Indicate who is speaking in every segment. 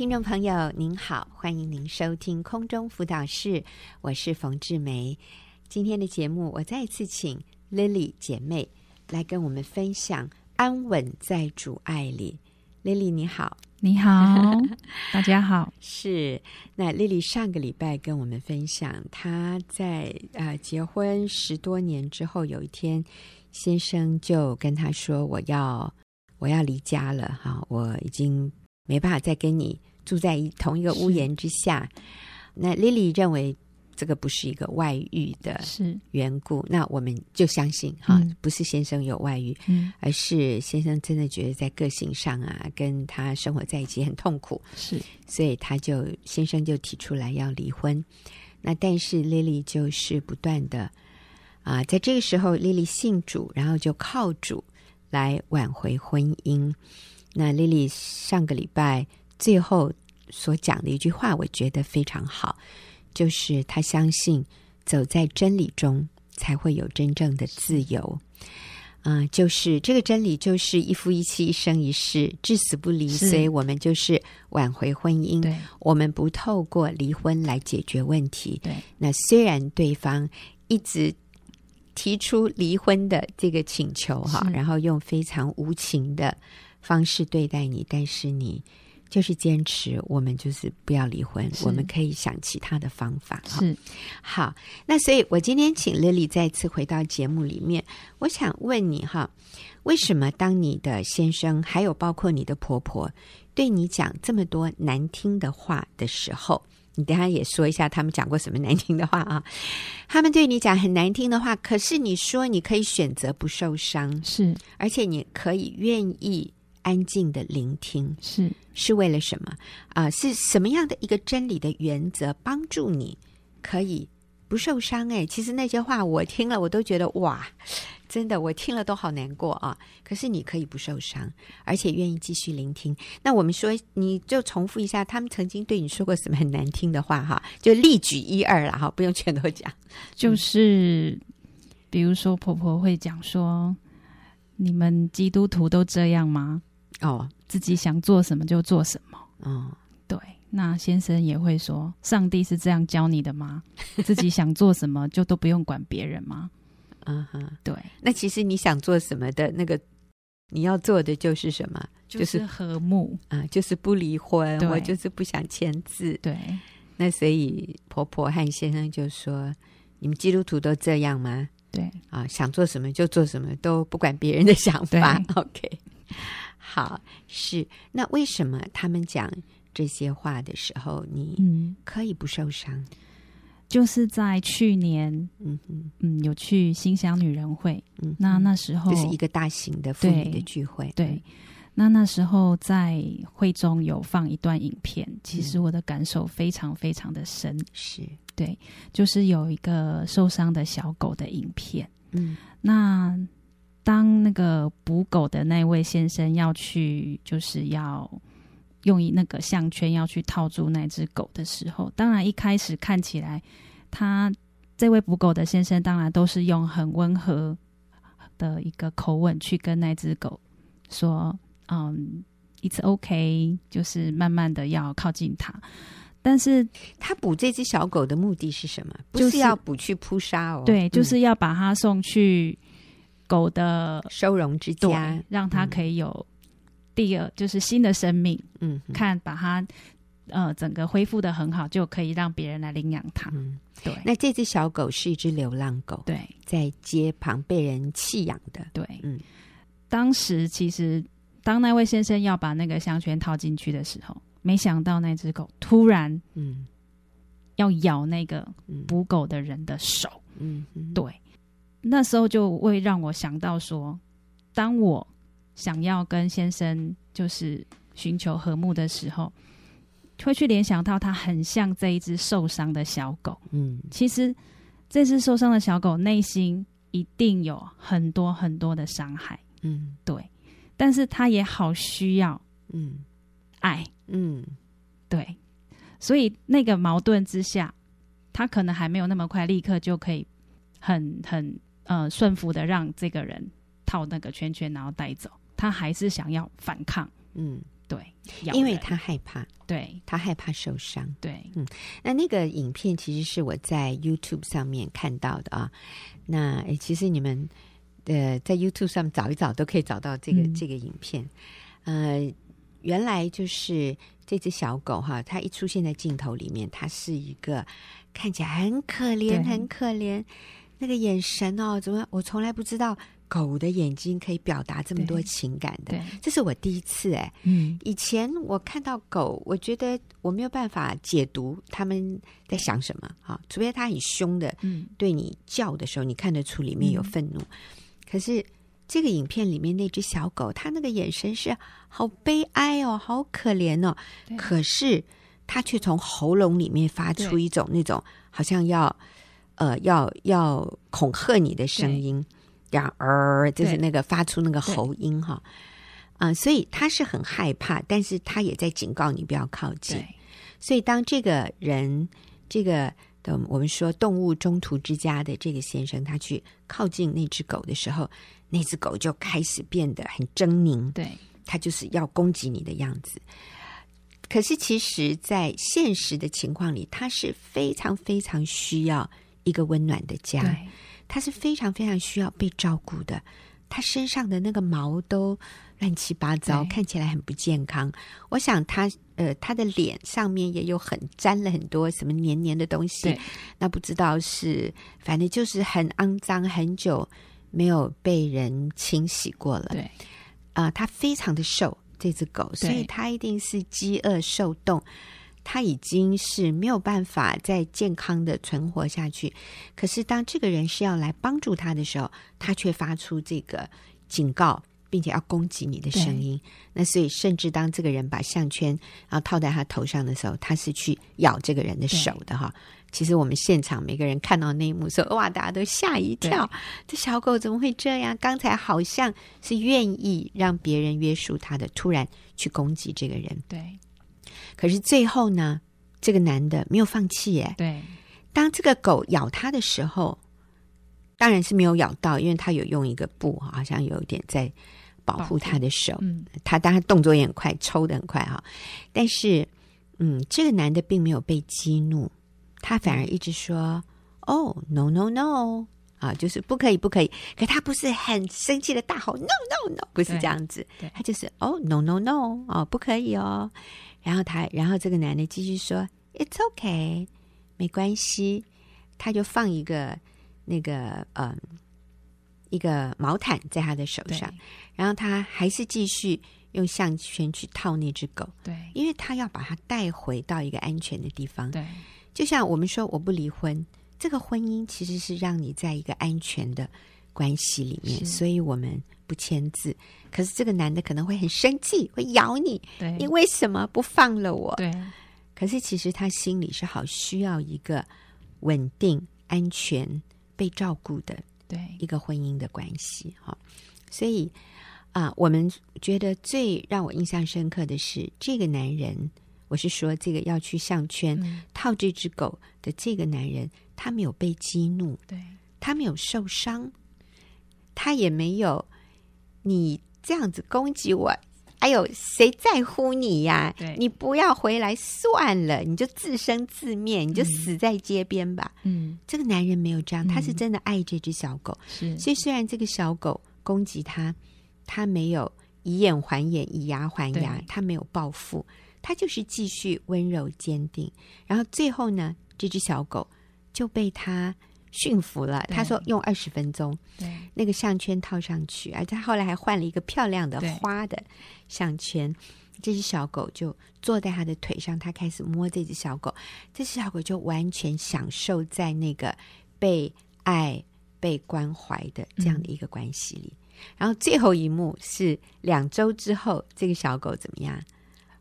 Speaker 1: 听众朋友您好，欢迎您收听空中辅导室，我是冯志梅。今天的节目，我再次请 Lily 姐妹来跟我们分享《安稳在主爱里》。Lily 你好，
Speaker 2: 你 好，大家好。
Speaker 1: 是那 Lily 上个礼拜跟我们分享，她在呃结婚十多年之后，有一天先生就跟她说：“我要我要离家了，哈、我已经没办法再跟你住在一同一个屋
Speaker 2: 是
Speaker 1: 檐之下。”那 Lily 认为这个不是一个外遇的
Speaker 2: 是，
Speaker 1: 缘故，那我们就相信哈、
Speaker 2: 嗯
Speaker 1: 不是先生有外遇，
Speaker 2: 嗯，
Speaker 1: 而是先生真的觉得在个性上啊，跟他生活在一起很痛苦，
Speaker 2: 是，
Speaker 1: 所以他就先生就提出来要离婚。那但是 Lily 就是不断的啊、在这个时候，Lily 信主，然后就靠主来挽回婚姻。那 Lily 上个礼拜最后所讲的一句话，我觉得非常好，就是她相信走在真理中才会有真正的自由。啊、就是这个真理，就是一夫一妻，一生一世，至死不离。
Speaker 2: 是
Speaker 1: 所以我们就是挽回婚姻，
Speaker 2: 对，
Speaker 1: 我们不透过离婚来解决问题。
Speaker 2: 对，
Speaker 1: 那虽然对方一直提出离婚的这个请求哈，
Speaker 2: 是
Speaker 1: 然后用非常无情的方式对待你，但是你就是坚持，我们就是不要离婚，
Speaker 2: 是
Speaker 1: 我们可以想其他的方法哈。
Speaker 2: 是，
Speaker 1: 好，那所以我今天请 Lily 再次回到节目里面，我想问你哈，为什么当你的先生还有包括你的婆婆对你讲这么多难听的话的时候，你等一下也说一下他们讲过什么难听的话啊？他们对你讲很难听的话，可是你说你可以选择不受伤，
Speaker 2: 是，
Speaker 1: 而且你可以愿意安静的聆听，
Speaker 2: 是，
Speaker 1: 是为了什么啊、是什么样的一个真理的原则帮助你可以不受伤？哎，其实那些话我听了，我都觉得哇，真的，我听了都好难过啊。可是你可以不受伤，而且愿意继续聆听。那我们说，你就重复一下他们曾经对你说过什么很难听的话哈，就例举一二了哈，不用全都讲。
Speaker 2: 就是，比如说婆婆会讲说，你们基督徒都这样吗？
Speaker 1: 哦，
Speaker 2: 自己想做什么就做什么。
Speaker 1: 哦，
Speaker 2: 对，那先生也会说，上帝是这样教你的吗？自己想做什么就都不用管别人吗？
Speaker 1: 嗯哼。
Speaker 2: 对，
Speaker 1: 那其实你想做什么的那个，你要做的就是什么就
Speaker 2: 就是是和睦。
Speaker 1: 啊？就是不离婚，
Speaker 2: 对
Speaker 1: 我就是不想签字。
Speaker 2: 对，
Speaker 1: 那所以婆婆和先生就说：“你们基督徒都这样吗？
Speaker 2: 对，
Speaker 1: 啊，想做什么就做什么，都不管别人的想法。”OK，好，是那为什么他们讲这些话的时候，你
Speaker 2: 嗯，
Speaker 1: 可以不受伤？
Speaker 2: 就是在去年，
Speaker 1: 嗯哼，
Speaker 2: 嗯，有去新乡女人会，
Speaker 1: 嗯哼，
Speaker 2: 那那时候
Speaker 1: 这是一个大型的妇女的
Speaker 2: 对
Speaker 1: 聚会，
Speaker 2: 对，那那时候在会中有放一段影片，其实我的感受非常非常的深，
Speaker 1: 是，
Speaker 2: 就是有一个受伤的小狗的影片。
Speaker 1: 嗯
Speaker 2: 那当那个捕狗的那位先生要去，就是要用一那个项圈要去套住那只狗的时候，当然一开始看起来，他这位捕狗的先生当然都是用很温和的一个口吻去跟那只狗说，嗯，it's OK，就是慢慢的要靠近它。但是，
Speaker 1: 他捕这只小狗的目的是什么？不
Speaker 2: 就是
Speaker 1: 是要捕去扑杀哦，
Speaker 2: 对，就
Speaker 1: 嗯
Speaker 2: 是要把它送去狗的
Speaker 1: 收容之
Speaker 2: 对
Speaker 1: 家，，
Speaker 2: 让他
Speaker 1: 嗯
Speaker 2: 可以有第二、就是新的生命，
Speaker 1: 嗯哼，
Speaker 2: 看把他呃整个恢复的很好，就可以让别人来领养他。
Speaker 1: 嗯，
Speaker 2: 对
Speaker 1: 那这只小狗是一只流浪狗，
Speaker 2: 对
Speaker 1: 在街旁被人弃养的。
Speaker 2: 对，
Speaker 1: 嗯
Speaker 2: 当时其实当那位先生要把那个项圈套进去的时候，没想到那只狗突然
Speaker 1: 嗯
Speaker 2: 要咬那个
Speaker 1: 嗯
Speaker 2: 捕狗的人的手。
Speaker 1: 嗯嗯，
Speaker 2: 对，那时候就会让我想到说，当我想要跟先生就是寻求和睦的时候，会去联想到它很像这一只受伤的小狗。
Speaker 1: 嗯
Speaker 2: 其实这只受伤的小狗内心一定有很多很多的伤害，
Speaker 1: 嗯
Speaker 2: 对，但是它也好需要
Speaker 1: 嗯
Speaker 2: 爱，
Speaker 1: 嗯
Speaker 2: 对，所以那个矛盾之下，他可能还没有那么快立刻就可以很很呃顺服的让这个人套那个圈圈，然后带走。他还是想要反抗，
Speaker 1: 嗯，
Speaker 2: 对，咬
Speaker 1: 因为
Speaker 2: 人
Speaker 1: 他害怕，
Speaker 2: 对
Speaker 1: 他害怕受伤。
Speaker 2: 对
Speaker 1: 那那个影片其实是我在 YouTube 上面看到的啊。那诶其实你们呃在 YouTube 上找一找都可以找到这个、
Speaker 2: 嗯
Speaker 1: 这个影片。呃，原来就是这只小狗哈，它一出现在镜头里面，它是一个看起来很可
Speaker 2: 对
Speaker 1: 怜、很可怜，那个眼神哦，怎么我从来不知道狗的眼睛可以表达这么多
Speaker 2: 对
Speaker 1: 情感的。
Speaker 2: 对，
Speaker 1: 这是我第一次哎，
Speaker 2: 嗯，
Speaker 1: 以前我看到狗，我觉得我没有办法解读他们在想什么啊，除非它很凶的
Speaker 2: 嗯，
Speaker 1: 对你叫的时候，你看得出里面有
Speaker 2: 嗯
Speaker 1: 愤怒。可是这个影片里面那只小狗，它那个眼神是好悲哀哦，好可怜哦，
Speaker 2: 对
Speaker 1: 可是它却从喉咙里面发出
Speaker 2: 对
Speaker 1: 一种那种好像要呃要要恐吓你的声音，然而就是
Speaker 2: 对
Speaker 1: 那个发出那个
Speaker 2: 对
Speaker 1: 喉音哈。啊、所以他是很害怕，但是他也在警告你不要靠近。
Speaker 2: 对
Speaker 1: 所以当这个人，这个嗯，我们说动物中途之家的这个先生，他去靠近那只狗的时候，那只狗就开始变得很狰狞，
Speaker 2: 对
Speaker 1: 它就是要攻击你的样子。可是其实，在现实的情况里，它是非常非常需要一个温暖的家。
Speaker 2: 对
Speaker 1: 它是非常非常需要被照顾的。它身上的那个毛都乱七八糟，
Speaker 2: 对
Speaker 1: 看起来很不健康。我想它呃，它的脸上面也有很沾了很多什么黏黏的东西
Speaker 2: 对，
Speaker 1: 那不知道是反正就是很肮脏，很久没有被人清洗过了。
Speaker 2: 对
Speaker 1: 啊、它非常的瘦，这只狗，所
Speaker 2: 对
Speaker 1: 以它一定是饥饿受冻，它已经是没有办法再健康的存活下去。可是当这个人是要来帮助他的时候，他却发出这个警告。并且要攻击你的声音，那所以甚至当这个人把项圈然后套在他头上的时候，他是去咬这个人的手的哈。其实我们现场每个人看到那一幕说，哇，大家都吓一跳，这小狗怎么会这样？刚才好像是愿意让别人约束他的，突然去攻击这个人。
Speaker 2: 对
Speaker 1: 可是最后呢，这个男的没有放弃耶。
Speaker 2: 对
Speaker 1: 当这个狗咬他的时候，当然是没有咬到，因为他有用一个布，好像有一点在保
Speaker 2: 保
Speaker 1: 护
Speaker 2: 护
Speaker 1: 他的手。
Speaker 2: 嗯
Speaker 1: 他当然动作也很快，抽的很快哈、但是，嗯，这个男的并没有被激怒，他反而一直说：“哦，no no no，啊，就是不可以，不可以。”可他不是很生气的大吼 “no no no”，不是
Speaker 2: 对
Speaker 1: 这样子
Speaker 2: 对，
Speaker 1: 他就是“哦，no no no，哦，不可以哦。”然后他，然后这个男的继续说：“It's okay，没关系。”他就放一个那个嗯。一个毛毯在他的手
Speaker 2: 对
Speaker 1: 上，然后他还是继续用项圈去套那只狗，
Speaker 2: 对
Speaker 1: 因为他要把它带回到一个安全的地方。
Speaker 2: 对
Speaker 1: 就像我们说我不离婚，这个婚姻其实是让你在一个安全的关系里面，
Speaker 2: 是
Speaker 1: 所以我们不签字。可是这个男的可能会很生气，会咬你，
Speaker 2: 对
Speaker 1: 你为什么不放了我？
Speaker 2: 对
Speaker 1: 可是其实他心里是好需要一个稳定、安全、被照顾的
Speaker 2: 对
Speaker 1: 一个婚姻的关系哈、所以啊、我们觉得最让我印象深刻的是这个男人，我是说这个要去项圈、
Speaker 2: 嗯
Speaker 1: 套这只狗的这个男人，他没有被激怒，
Speaker 2: 对
Speaker 1: 他没有受伤，他也没有你这样子攻击我。哎呦，谁在乎你呀、
Speaker 2: 对
Speaker 1: 你不要回来算了，你就自生自灭，你就死在街边吧。
Speaker 2: 嗯
Speaker 1: 这个男人没有这样，他是
Speaker 2: 嗯
Speaker 1: 真的爱这只小狗，
Speaker 2: 是
Speaker 1: 所以虽然这个小狗攻击他，他没有以眼还眼，以牙还牙
Speaker 2: 对，
Speaker 1: 他没有报复，他就是继续温柔坚定。然后最后呢，这只小狗就被他驯服了。
Speaker 2: 对
Speaker 1: 他说用二十分钟，
Speaker 2: 对
Speaker 1: 那个项圈套上去，而且他后来还换了一个漂亮的
Speaker 2: 对
Speaker 1: 花的项圈。这只小狗就坐在他的腿上，他开始摸这只小狗，这只小狗就完全享受在那个被爱、被关怀的这样的一个关系里。然后最后一幕是两周之后，这个小狗怎么样？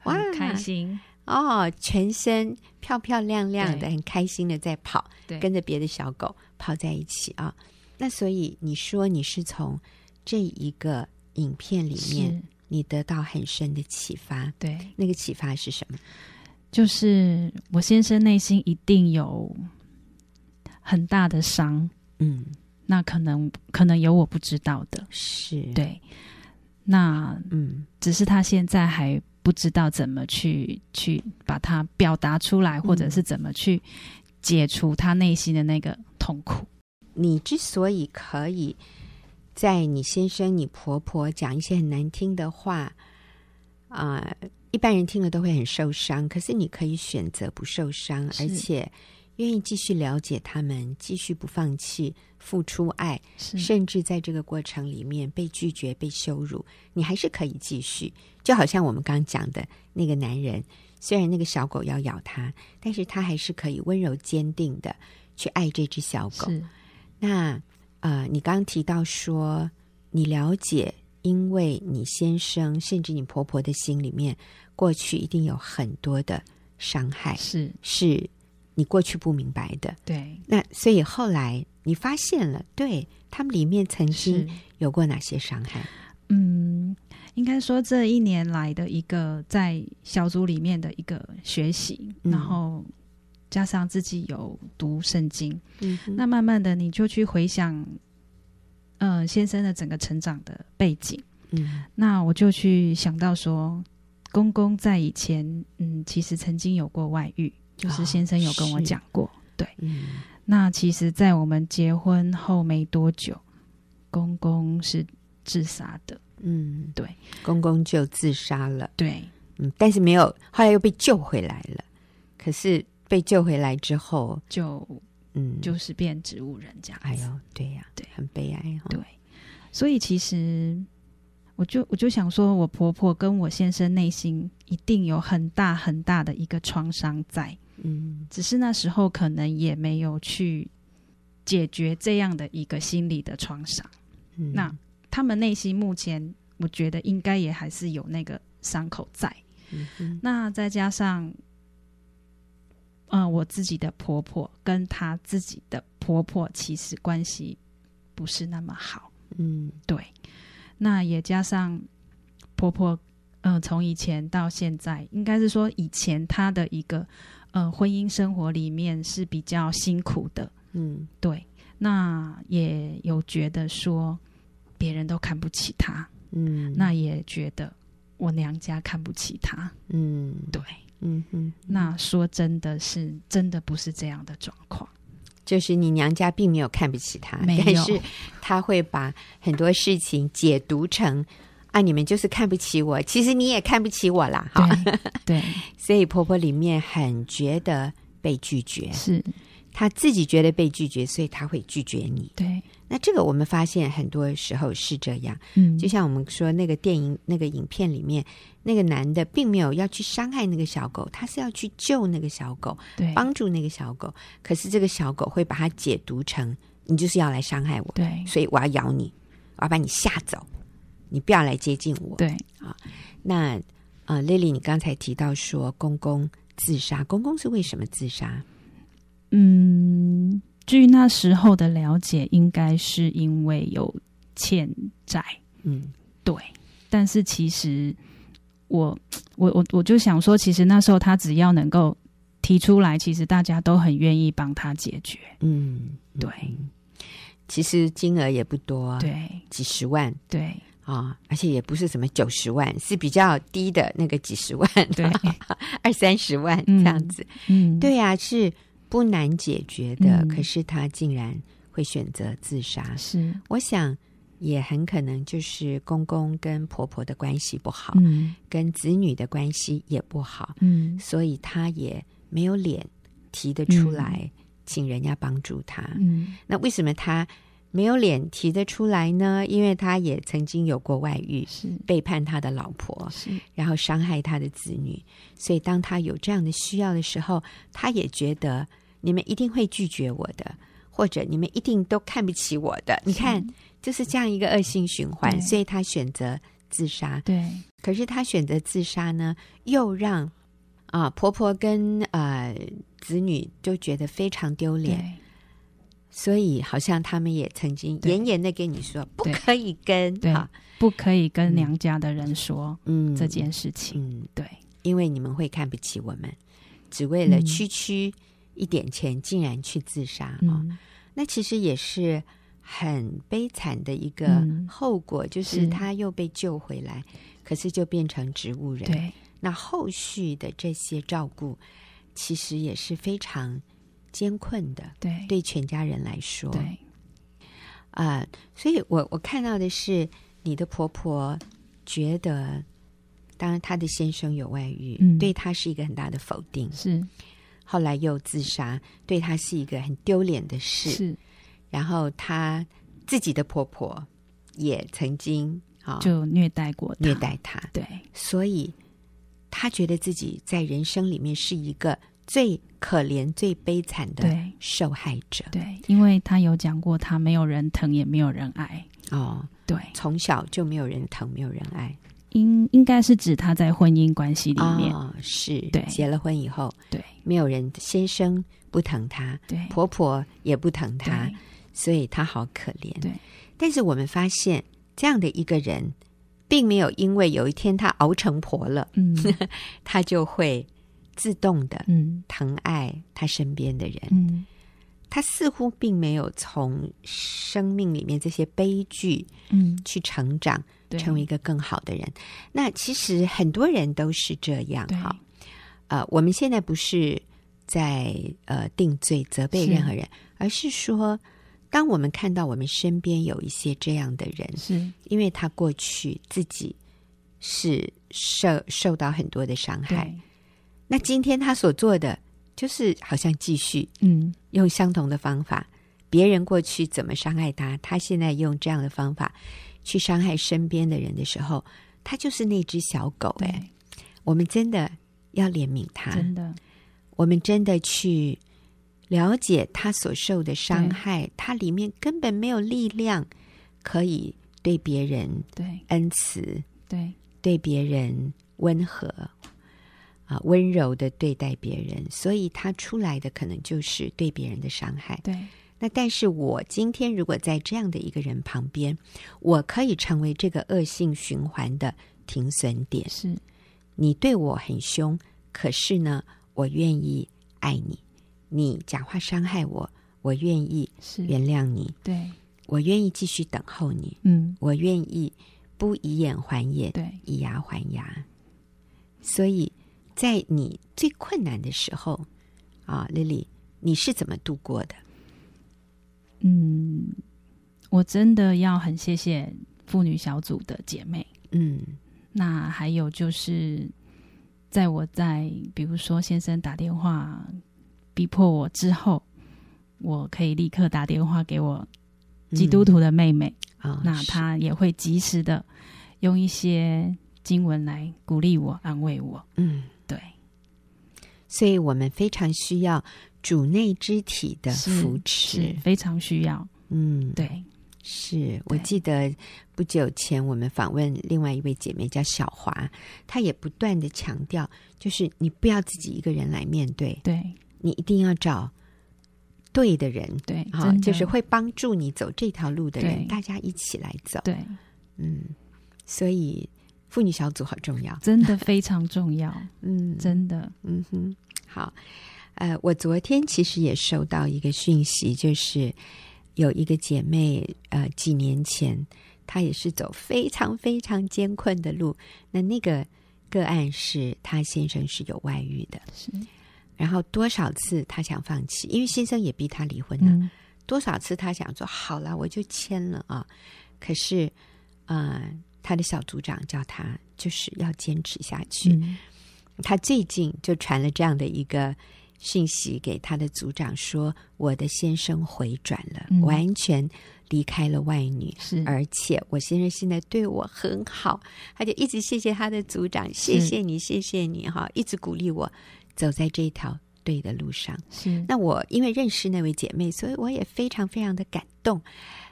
Speaker 1: 哇
Speaker 2: 很开心
Speaker 1: 哦，全身漂漂亮亮的，
Speaker 2: 对
Speaker 1: 很开心的在跑，
Speaker 2: 对
Speaker 1: 跟着别的小狗跑在一起啊。那所以你说你是从这一个影片里面，
Speaker 2: 是
Speaker 1: 你得到很深的启发，
Speaker 2: 对。
Speaker 1: 那个启发是什么？
Speaker 2: 就是我先生内心一定有很大的伤，
Speaker 1: 嗯，
Speaker 2: 那可能可能有我不知道的，
Speaker 1: 是，，
Speaker 2: 对。那
Speaker 1: 嗯，
Speaker 2: 只是他现在还不不知道怎么去去把它表达出来，或者是怎么去解除他内心的那个痛苦。
Speaker 1: 你之所以可以在你先生、你婆婆讲一些很难听的话，啊、一般人听了都会很受伤。可是你可以选择不受伤，
Speaker 2: 是
Speaker 1: 而且愿意继续了解他们，继续不放弃，付出爱，
Speaker 2: 是
Speaker 1: 甚至在这个过程里面被拒绝、被羞辱，你还是可以继续。就好像我们刚讲的那个男人，虽然那个小狗要咬他，但是他还是可以温柔坚定的去爱这只小狗。
Speaker 2: 是
Speaker 1: 那呃，你刚刚提到说，你了解，因为你先生甚至你婆婆的心里面，过去一定有很多的伤害，
Speaker 2: 是，
Speaker 1: 是你过去不明白的。
Speaker 2: 对，
Speaker 1: 那所以后来你发现了，对他们里面曾
Speaker 2: 是
Speaker 1: 经有过哪些伤害？
Speaker 2: 嗯，应该说这一年来的一个在小组里面的一个学习，
Speaker 1: 嗯
Speaker 2: 然后加上自己有读圣经，
Speaker 1: 嗯哼，
Speaker 2: 那慢慢的你就去回想，呃，先生的整个成长的背景。
Speaker 1: 嗯
Speaker 2: 那我就去想到说，公公在以前，嗯，其实曾经有过外遇，就是
Speaker 1: 哦
Speaker 2: 先生有跟我
Speaker 1: 是
Speaker 2: 讲过。
Speaker 1: 嗯
Speaker 2: 那其实，在我们结婚后没多久，公公是自杀的。
Speaker 1: 嗯，
Speaker 2: 对，
Speaker 1: 公公就自杀了，
Speaker 2: 对，
Speaker 1: 嗯，但是没有，后来又被救回来了。可是被救回来之后，
Speaker 2: 就
Speaker 1: 嗯，
Speaker 2: 就是变植物人这样子。
Speaker 1: 哎呦，对呀、
Speaker 2: 对
Speaker 1: 很悲哀哈、
Speaker 2: 对，所以其实我就我就想说，我婆婆跟我先生内心一定有很大很大的一个创伤在，
Speaker 1: 嗯
Speaker 2: 只是那时候可能也没有去解决这样的一个心理的创伤。
Speaker 1: 嗯，
Speaker 2: 那他们内心目前，我觉得应该也还是有那个伤口在。
Speaker 1: 嗯哼
Speaker 2: 那再加上，嗯、我自己的婆婆跟她自己的婆婆其实关系不是那么好，
Speaker 1: 嗯
Speaker 2: 对。那也加上婆婆，嗯、从以前到现在，应该是说以前她的一个，呃，婚姻生活里面是比较辛苦的，
Speaker 1: 嗯
Speaker 2: 对。那也有觉得说别人都看不起她，
Speaker 1: 嗯，
Speaker 2: 那也觉得我娘家看不起她，
Speaker 1: 嗯
Speaker 2: 对。
Speaker 1: 嗯哼，
Speaker 2: 那说真的是，真的不是这样的状况，
Speaker 1: 就是你娘家并没有看不起他，
Speaker 2: 没有
Speaker 1: 但是他会把很多事情解读成。啊，你们就是看不起我，其实你也看不起我啦，哈。
Speaker 2: 对对
Speaker 1: 所以婆婆里面很觉得被拒绝，
Speaker 2: 是，
Speaker 1: 她自己觉得被拒绝，所以她会拒绝你。
Speaker 2: 对，
Speaker 1: 那这个我们发现很多时候是这样，
Speaker 2: 嗯，
Speaker 1: 就像我们说那个电影、那个影片里面，那个男的并没有要去伤害那个小狗，他是要去救那个小狗，
Speaker 2: 对
Speaker 1: 帮助那个小狗。可是这个小狗会把它解读成你就是要来伤害我，
Speaker 2: 对
Speaker 1: 所以我要咬你，我要把你吓走，你不要来接近我。
Speaker 2: 对
Speaker 1: 那啊、呃、，Lily，你刚才提到说公公自杀，公公是为什么自杀？
Speaker 2: 嗯，据那时候的了解，应该是因为有欠债，
Speaker 1: 嗯
Speaker 2: 对，但是其实我我我我就想说，其实那时候他只要能够提出来，其实大家都很愿意帮他解决，
Speaker 1: 嗯，
Speaker 2: 对
Speaker 1: 其实金额也不多，，
Speaker 2: 对
Speaker 1: 几十万。
Speaker 2: 对
Speaker 1: 啊、而且也不是什么九十万，是比较低的那个几十万，
Speaker 2: 对，
Speaker 1: 二三十万这
Speaker 2: 嗯
Speaker 1: 样子。
Speaker 2: 嗯，
Speaker 1: 对呀、是不难解决的，
Speaker 2: 嗯
Speaker 1: 可是他竟然会选择自杀。
Speaker 2: 是，嗯
Speaker 1: 我想也很可能就是公公跟婆婆的关系不好，
Speaker 2: 嗯
Speaker 1: 跟子女的关系也不好，
Speaker 2: 嗯
Speaker 1: 所以他也没有脸提得出来，请人家帮助他。
Speaker 2: 嗯，
Speaker 1: 那为什么他没有脸提得出来呢？因为他也曾经有过外遇，
Speaker 2: 是
Speaker 1: 背叛他的老婆，
Speaker 2: 是，
Speaker 1: 然后伤害他的子女。所以，当他有这样的需要的时候，他也觉得你们一定会拒绝我的，或者你们一定都看不起我的。你看，就是这样一个恶性循环。
Speaker 2: 对
Speaker 1: 所以他选择自杀。
Speaker 2: 对。
Speaker 1: 可是他选择自杀呢，又让啊、婆婆跟呃子女就觉得非常丢脸。所以，好像他们也曾经
Speaker 2: 对
Speaker 1: 严严的跟你说，不
Speaker 2: 对
Speaker 1: 可以跟
Speaker 2: 对
Speaker 1: 啊，
Speaker 2: 不可以跟娘家的人说
Speaker 1: 嗯，
Speaker 2: 这件事情。
Speaker 1: 嗯，
Speaker 2: 对，
Speaker 1: 因为你们会看不起我们，只为了
Speaker 2: 嗯
Speaker 1: 区区一点钱，竟然去自杀啊、
Speaker 2: 嗯，
Speaker 1: 那其实也是很悲惨的一个
Speaker 2: 嗯
Speaker 1: 后果，就是是他又被救回来，可是就变成植物人，
Speaker 2: 对，
Speaker 1: 那后续的这些照顾，其实也是非常艰困的，
Speaker 2: 对
Speaker 1: 对全家人来说。
Speaker 2: 对
Speaker 1: 啊、所以我我看到的是你的婆婆觉得，当然她的先生有外遇，
Speaker 2: 嗯
Speaker 1: 对她是一个很大的否定。
Speaker 2: 是
Speaker 1: 后来又自杀，对她是一个很丢脸的事。
Speaker 2: 是，
Speaker 1: 然后她自己的婆婆也曾经啊、
Speaker 2: 就虐待过他
Speaker 1: 虐待她，
Speaker 2: 对
Speaker 1: 所以她觉得自己在人生里面是一个最可怜、最悲惨的
Speaker 2: 对
Speaker 1: 受害者。
Speaker 2: 对，因为他有讲过，他没有人疼，也没有人爱。
Speaker 1: 哦，
Speaker 2: 对，
Speaker 1: 从小就没有人疼，没有人爱。
Speaker 2: 应应该是指他在婚姻关系里面，
Speaker 1: 哦、是
Speaker 2: 对
Speaker 1: 结了婚以后，
Speaker 2: 对
Speaker 1: 没有人先生不疼她，
Speaker 2: 对
Speaker 1: 婆婆也不疼她
Speaker 2: 对，
Speaker 1: 所以她好可怜。
Speaker 2: 对，
Speaker 1: 但是我们发现这样的一个人，并没有因为有一天她熬成婆了，
Speaker 2: 嗯
Speaker 1: 她就会自动的
Speaker 2: 嗯
Speaker 1: 疼爱她身边的人。
Speaker 2: 嗯，
Speaker 1: 她似乎并没有从生命里面这些悲剧
Speaker 2: 嗯，
Speaker 1: 去成长，
Speaker 2: 对，
Speaker 1: 成为一个更好的人。那其实很多人都是这样
Speaker 2: 对
Speaker 1: 哈。呃，我们现在不是在呃定罪责备
Speaker 2: 是
Speaker 1: 任何人，而是说，当我们看到我们身边有一些这样的人，
Speaker 2: 是
Speaker 1: 因为他过去自己是受受到很多的伤害，
Speaker 2: 对，
Speaker 1: 那今天他所做的就是好像继续
Speaker 2: 嗯
Speaker 1: 用相同的方法，别人过去怎么伤害他，他现在用这样的方法去伤害身边的人的时候，他就是那只小狗哎、
Speaker 2: 对，
Speaker 1: 我们真的要怜悯他，
Speaker 2: 真的
Speaker 1: 我们真的去了解他所受的伤害，他里面根本没有力量可以对别人
Speaker 2: 对
Speaker 1: 恩慈，
Speaker 2: 对
Speaker 1: 对别人温和，啊、温柔的对待别人，所以他出来的可能就是对别人的伤害。
Speaker 2: 对
Speaker 1: 那但是我今天如果在这样的一个人旁边，我可以成为这个恶性循环的停损点。
Speaker 2: 是，
Speaker 1: 你对我很凶，可是呢，我愿意爱你。你讲话伤害我，我愿意
Speaker 2: 是
Speaker 1: 原谅你，
Speaker 2: 对，
Speaker 1: 我愿意继续等候你，
Speaker 2: 嗯
Speaker 1: 我愿意不以眼还眼，
Speaker 2: 对
Speaker 1: 以牙还牙。所以在你最困难的时候，啊，Lily，你是怎么度过的？
Speaker 2: 嗯，我真的要很谢谢妇女小组的姐妹。
Speaker 1: 嗯
Speaker 2: 那还有就是，在我在比如说先生打电话逼迫我之后，我可以立刻打电话给我基督徒的妹妹，
Speaker 1: 嗯啊，哦
Speaker 2: 那
Speaker 1: 是
Speaker 2: 她也会及时的用一些经文来鼓励我、安慰我。
Speaker 1: 嗯，
Speaker 2: 对，
Speaker 1: 所以我们非常需要主内肢体的
Speaker 2: 是
Speaker 1: 扶
Speaker 2: 是
Speaker 1: 持。
Speaker 2: 非常需要。
Speaker 1: 嗯，
Speaker 2: 对，
Speaker 1: 是我
Speaker 2: 对
Speaker 1: 记得不久前我们访问另外一位姐妹叫小华，她也不断的强调，就是你不要自己一个人来面对，
Speaker 2: 对，
Speaker 1: 你一定要找对的人，
Speaker 2: 对，
Speaker 1: 好，
Speaker 2: 真的
Speaker 1: 就是会帮助你走这条路的人，
Speaker 2: 对
Speaker 1: 大家一起来走。
Speaker 2: 对，
Speaker 1: 嗯，所以妇女小组好重要。
Speaker 2: 真的非常重要，
Speaker 1: 嗯，
Speaker 2: 真的。
Speaker 1: 嗯哼，好，呃，我昨天其实也收到一个讯息，就是有一个姐妹，呃，几年前她也是走非常非常艰困的路。那那个个案是她先生是有外遇的，
Speaker 2: 是，
Speaker 1: 然后多少次她想放弃，因为先生也逼她离婚了。
Speaker 2: 嗯，
Speaker 1: 多少次她想说好啦，我就签了啊，可是，呃，她的小组长叫她就是要坚持下去。
Speaker 2: 嗯
Speaker 1: 他最近就传了这样的一个讯息给他的组长说：“我的先生回转了，
Speaker 2: 嗯
Speaker 1: 完全离开了外女，
Speaker 2: 是，
Speaker 1: 而且我先生现在对我很好。”他就一直谢谢他的组长，谢谢你，谢谢你哈，一直鼓励我走在这条对的路上。
Speaker 2: 是，
Speaker 1: 那我因为认识那位姐妹，所以我也非常非常的感动。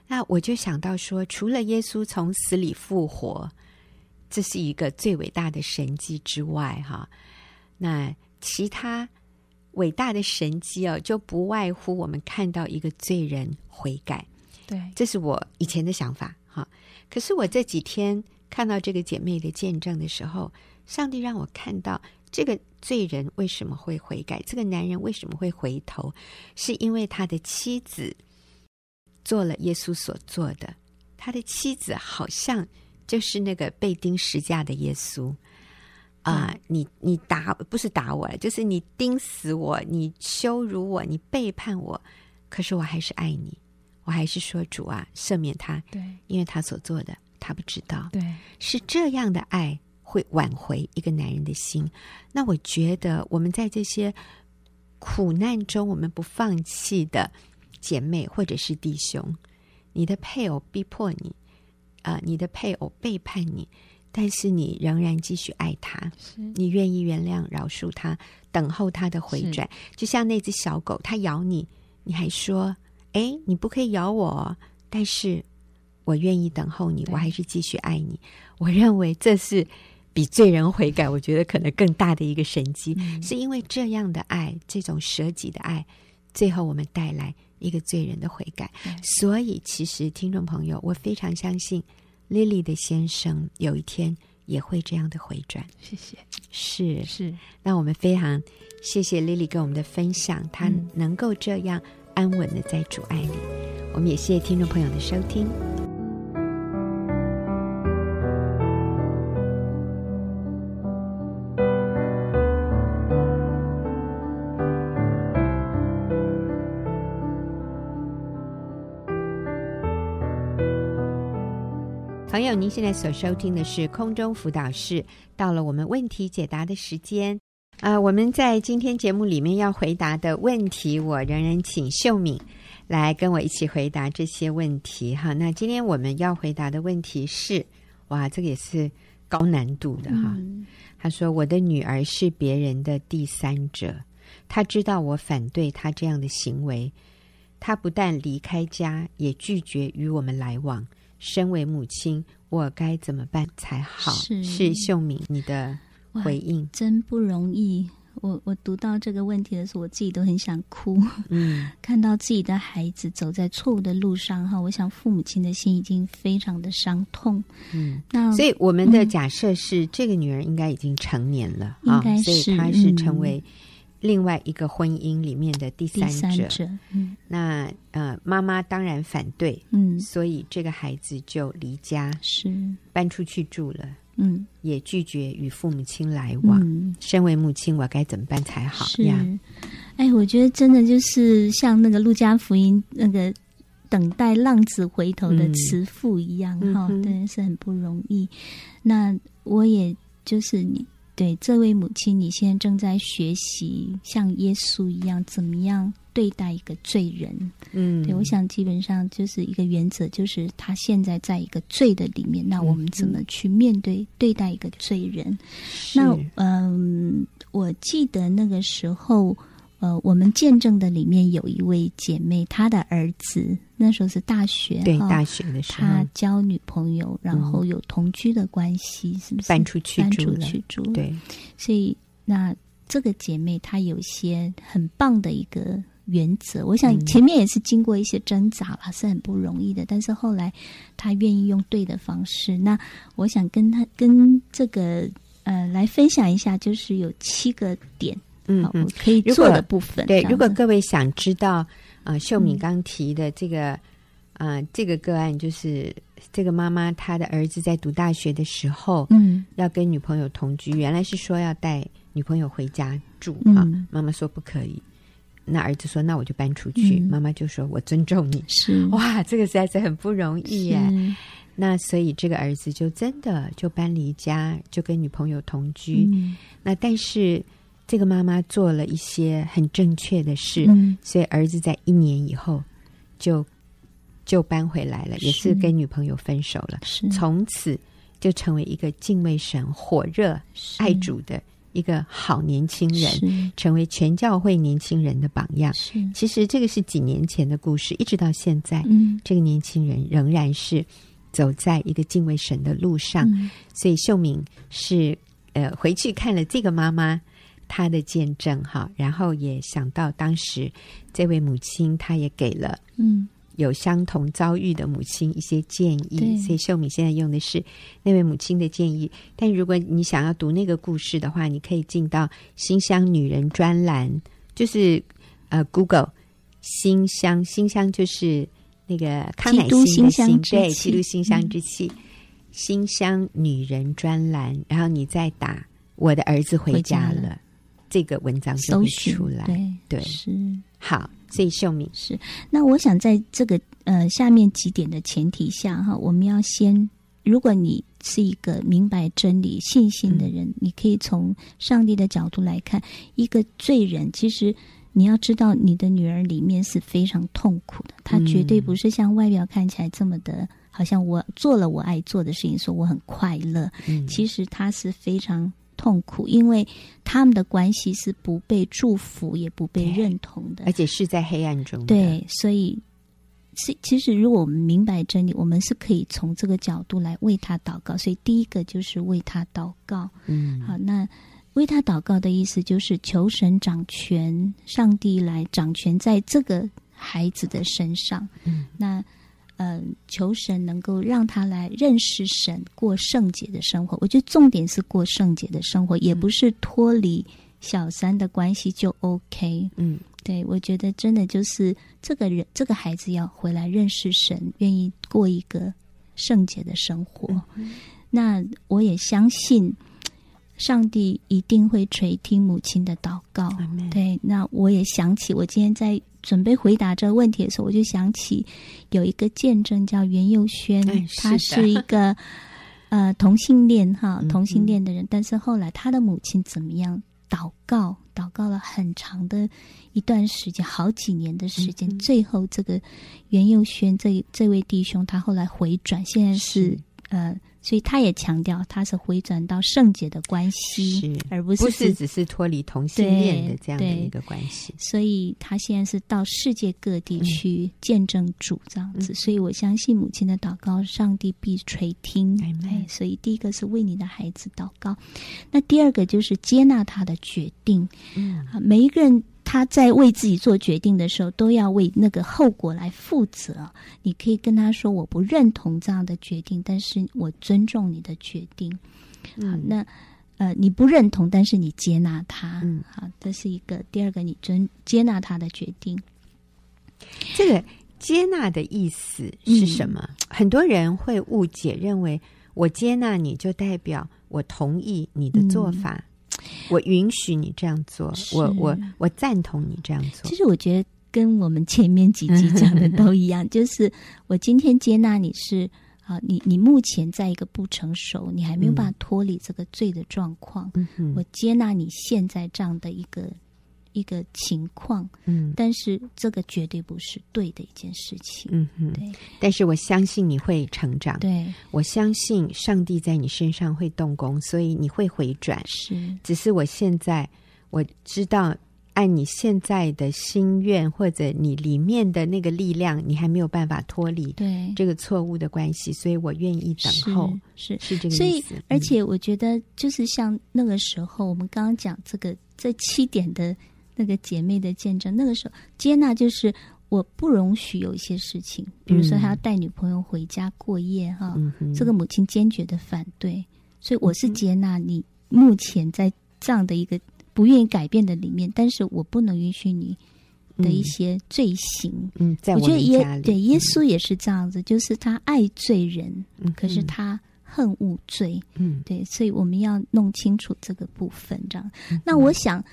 Speaker 1: 那我就想到说，除了耶稣从死里复活，这是一个最伟大的神迹之外，哈，那其他伟大的神迹哦，就不外乎我们看到一个罪人悔改，
Speaker 2: 对，
Speaker 1: 这是我以前的想法哈。可是我这几天看到这个姐妹的见证的时候，上帝让我看到这个罪人为什么会悔改，这个男人为什么会回头，是因为他的妻子做了耶稣所做的。他的妻子好像就是那个被钉十架的耶稣啊、你你打不是打我，就是你盯死我，你羞辱我，你背叛我，可是我还是爱你，我还是说主啊，赦免他，
Speaker 2: 对
Speaker 1: 因为他所做的他不知道。
Speaker 2: 对
Speaker 1: 是这样的爱会挽回一个男人的心。那我觉得我们在这些苦难中，我们不放弃的姐妹或者是弟兄，你的配偶逼迫你，啊、你的配偶背叛你，但是你仍然继续爱他，
Speaker 2: 是，
Speaker 1: 你愿意原谅、饶恕他，等候他的回转。就像那只小狗，它咬你，你还说：“哎，你不可以咬我哦。”但是，我愿意等候你，
Speaker 2: 对
Speaker 1: 我还是继续爱你。我认为这是比罪人悔改，我觉得可能更大的一个神迹，
Speaker 2: 嗯
Speaker 1: 是因为这样的爱，这种舍己的爱，最后我们带来一个罪人的悔改。
Speaker 2: 对
Speaker 1: 所以，其实听众朋友，我非常相信 Lily 的先生有一天也会这样的回转。
Speaker 2: 谢谢，
Speaker 1: 是，
Speaker 2: 是
Speaker 1: 那我们非常谢谢 Lily 跟我们的分享，她
Speaker 2: 嗯
Speaker 1: 能够这样安稳的在主爱里。我们也谢谢听众朋友的收听。朋友，您现在所收听的是空中辅导室，到了我们问题解答的时间。啊，我们在今天节目里面要回答的问题，我仍然请秀敏来跟我一起回答这些问题哈。那今天我们要回答的问题是，哇，这个也是高难度的哈。
Speaker 2: 嗯
Speaker 1: 他说：“我的女儿是别人的第三者，她知道我反对她这样的行为，她不但离开家，也拒绝与我们来往。身为母亲，我该怎么办才好？”
Speaker 3: 是
Speaker 1: 秀敏你的
Speaker 3: 哇
Speaker 1: 回应，
Speaker 3: 真不容易。我我读到这个问题的时候，我自己都很想哭。
Speaker 1: 嗯
Speaker 3: 看到自己的孩子走在错误的路上，哈，我想父母亲的心已经非常的伤痛。
Speaker 1: 嗯。
Speaker 3: 那
Speaker 1: 所以我们的假设是，这个女人应该已经成年了啊
Speaker 3: 嗯应该，
Speaker 1: 所以
Speaker 3: 是
Speaker 1: 她是
Speaker 3: 嗯
Speaker 1: 成为另外一个婚姻里面的第
Speaker 3: 第
Speaker 1: 三
Speaker 3: 三
Speaker 1: 者。
Speaker 3: 者，嗯
Speaker 1: 那呃，妈妈当然反对，
Speaker 3: 嗯，
Speaker 1: 所以这个孩子就离家。
Speaker 3: 是
Speaker 1: 搬出去住了，
Speaker 3: 嗯
Speaker 1: 也拒绝与父母亲来往。
Speaker 3: 嗯
Speaker 1: 身为母亲，我该怎么办才好
Speaker 3: 是
Speaker 1: 呀？。
Speaker 3: 哎，我觉得真的就是像那个《路加福音》那个等待浪子回头的
Speaker 1: 嗯
Speaker 3: 慈父一样，
Speaker 1: 嗯
Speaker 3: 哈、
Speaker 1: 哼
Speaker 3: 真的是很不容易。那我也就是你对这位母亲，你现在正在学习像耶稣一样，怎么样对待一个罪人。
Speaker 1: 嗯，
Speaker 3: 对，我想基本上就是一个原则，就是他现在在一个罪的里面，
Speaker 1: 嗯
Speaker 3: 那我们怎么去面对、对待一个罪人？
Speaker 1: 是
Speaker 3: 那嗯、我记得那个时候，呃，我们见证的里面有一位姐妹，她的儿子那时候是大学，
Speaker 1: 对
Speaker 3: 哈
Speaker 1: 大学的时
Speaker 3: 他
Speaker 1: 候
Speaker 3: 交女朋友，然后有同居的关系，是不是
Speaker 1: 搬出去
Speaker 3: 搬
Speaker 1: 住
Speaker 3: 出
Speaker 1: 了，
Speaker 3: 去住？，
Speaker 1: 对，
Speaker 3: 所以那这个姐妹她有一些很棒的一个。原则，我想
Speaker 1: 嗯
Speaker 3: 前面也是经过一些挣扎吧，是很不容易的。但是后来，她愿意用对的方式。那我想跟她跟这个呃来分享一下，就是有七个点，
Speaker 1: 嗯
Speaker 3: 好，我
Speaker 1: 嗯，
Speaker 3: 可以
Speaker 1: 如
Speaker 3: 做
Speaker 1: 果
Speaker 3: 的部分。
Speaker 1: 对。
Speaker 3: 这样
Speaker 1: 如果
Speaker 3: 子
Speaker 1: 各位想知道，呃，秀敏
Speaker 3: 嗯
Speaker 1: 刚提的这个，啊，这个个案就是这个妈妈她的儿子在读大学的时候
Speaker 3: 嗯
Speaker 1: 要跟女朋友同居，原来是说要带女朋友回家住啊，
Speaker 3: 嗯
Speaker 1: 妈妈说不可以，那儿子说那我就搬出去，
Speaker 3: 嗯
Speaker 1: 妈妈就说我尊重你。
Speaker 3: 是
Speaker 1: 哇，这个实在哦是很不容易耶。
Speaker 3: 是
Speaker 1: 那所以这个儿子就真的就搬离家，就跟女朋友同居。
Speaker 3: 嗯
Speaker 1: 那但是这个妈妈做了一些很正确的事，
Speaker 3: 嗯
Speaker 1: 所以儿子在一年以后就就搬回来了，也是
Speaker 3: 是嗯
Speaker 1: 跟女朋友分手了，
Speaker 3: 是
Speaker 1: 从此就成为一个敬畏神、火热
Speaker 3: 是
Speaker 1: 爱主的一个好年轻人，
Speaker 3: 是
Speaker 1: 成为全教会年轻人的榜样。
Speaker 3: 是
Speaker 1: 其实这个是几年前的故事，一直到现在，
Speaker 3: 嗯
Speaker 1: 这个年轻人仍然是走在一个敬畏神的路上。
Speaker 3: 嗯
Speaker 1: 所以秀敏是呃回去看了这个妈妈她的见证哈，然后也想到当时这位母亲，她也给了
Speaker 3: 嗯
Speaker 1: 有相同遭遇的母亲一些建议。
Speaker 3: 对
Speaker 1: 所以秀敏现在用的是那位母亲的建议。但如果你想要读那个故事的话，你可以进到“新乡女人”专栏，就是呃 Google 新乡，新乡就是那个康乃馨的
Speaker 3: 基督馨香之
Speaker 1: 对，
Speaker 3: 气
Speaker 1: 基督新乡之气。新乡女人专栏，然后你再打我的儿子回家
Speaker 3: 回家
Speaker 1: 了，这个文章就
Speaker 3: 嗯搜
Speaker 1: 会
Speaker 3: 寻
Speaker 1: 出来。
Speaker 3: 对
Speaker 1: 对
Speaker 3: 是
Speaker 1: 好，所以秀敏，
Speaker 3: 是。那我想在这个呃下面几点的前提下哈，我们要先，如果你是一个明白真理、信心
Speaker 1: 嗯
Speaker 3: 的人，你可以从上帝的角度来看一个罪人，其实。你要知道，你的女儿里面是非常痛苦的，她绝对
Speaker 1: 嗯
Speaker 3: 不是像外表看起来这么的，好像我做了我爱做的事情，说我很快乐，
Speaker 1: 嗯，
Speaker 3: 其实他是非常痛苦，因为他们的关系是不被祝福，也不被
Speaker 1: 对
Speaker 3: 认同的
Speaker 1: 而。且是在黑暗中的，
Speaker 3: 对，所以是其实如果我们明白真理，我们是可以从这个角度来为他祷告。所以第一个就是为他祷告。
Speaker 1: 嗯，
Speaker 3: 好，那为他祷告的意思就是求神掌权，上帝来掌权在这个孩子的身上。
Speaker 1: 嗯，
Speaker 3: 那呃，求神能够让他来认识神，过圣洁的生活。我觉得重点是过圣洁的生活，也
Speaker 1: 嗯
Speaker 3: 不是脱离小三的关系就 OK。
Speaker 1: 嗯，
Speaker 3: 对，我觉得真的就是这个人，这个孩子要回来认识神，愿意过一个圣洁的生活。那我也相信，上帝一定会垂听母亲的祷告。
Speaker 1: 阿门，
Speaker 3: 对，那我也想起，我今天在准备回答这个问题的时候，我就想起有一个见证叫袁佑轩
Speaker 1: 哎，是
Speaker 3: 他
Speaker 1: 的
Speaker 3: 是一个呃同性恋哈，
Speaker 1: 嗯
Speaker 3: 同性恋的人，但是后来他的母亲怎么样？祷告，祷告了很长的一段时间，好几年的时间，
Speaker 1: 嗯哼
Speaker 3: 最后这个袁佑轩这这位弟兄，他后来回转，现在是
Speaker 1: 是
Speaker 3: 呃，所以他也强调他是回转到圣洁的关系，
Speaker 1: 是
Speaker 3: 而不
Speaker 1: 不
Speaker 3: 是
Speaker 1: 是
Speaker 3: 只
Speaker 1: 只是脱离同性恋的
Speaker 3: 对
Speaker 1: 这样的
Speaker 3: 对
Speaker 1: 一个关系，
Speaker 3: 所以他现在是到世界各地去见证主这样子，
Speaker 1: 嗯
Speaker 3: 所以我相信母亲的祷告，上帝必垂听。
Speaker 1: Amen
Speaker 3: 哎，所以第一个是为你的孩子祷告，那第二个就是接纳他的决定。
Speaker 1: 嗯
Speaker 3: 啊，每一个人他在为自己做决定的时候，都要为那个后果来负责。你可以跟他说：“我不认同这样的决定，但是我尊重你的决定。”好，啊那呃，你不认同，但是你接纳他，
Speaker 1: 嗯，
Speaker 3: 好，这是一个第二个，你尊接纳他的决定，
Speaker 1: 这个接纳的意思是
Speaker 3: 嗯
Speaker 1: 什么？很多人会误解，认为我接纳你就代表我同意你的做法，我允许你这样做，
Speaker 3: 嗯是
Speaker 1: 我我我赞同你这样做
Speaker 3: 其。实我觉得跟我们前面几集讲的都一样， 就是我今天接纳你是啊，你你目前在一个不成熟，你还没有办法脱离这个罪的状况，
Speaker 1: 嗯哼
Speaker 3: 我接纳你现在这样的一个一个情况，
Speaker 1: 嗯
Speaker 3: 但是这个绝对不是对的一件事情，
Speaker 1: 嗯哼
Speaker 3: 对，
Speaker 1: 但是我相信你会成长，
Speaker 3: 对，
Speaker 1: 我相信上帝在你身上会动工，所以你会回转。
Speaker 3: 是，
Speaker 1: 只是我现在我知道，按你现在的心愿或者你里面的那个力量，你还没有办法脱离
Speaker 3: 对，
Speaker 1: 这个错误的关系，所以我愿意等候，
Speaker 3: 是。是
Speaker 1: 是这个
Speaker 3: 所
Speaker 1: 意
Speaker 3: 以
Speaker 1: 思。嗯
Speaker 3: 而，且我觉得，就是像那个时候，我们刚刚讲这个这七点的那个姐妹的见证，那个时候接纳就是我不容许有一些事情，比如说
Speaker 1: 嗯
Speaker 3: 他要带女朋友回家过夜哈、
Speaker 1: 嗯哼，
Speaker 3: 这个母亲坚决的反对，所以我是接纳你目前在这样的一个不愿意改变的里面，但是我不能允许你的一些罪行。
Speaker 1: 嗯，在
Speaker 3: 我觉得
Speaker 1: 们家
Speaker 3: 耶
Speaker 1: 里，
Speaker 3: 对耶稣也是这样子，就是他爱罪人，
Speaker 1: 嗯，
Speaker 3: 可是他恨恶罪。
Speaker 1: 嗯，
Speaker 3: 对，所以我们要弄清楚这个部分，这样。
Speaker 1: 嗯
Speaker 3: 那我想，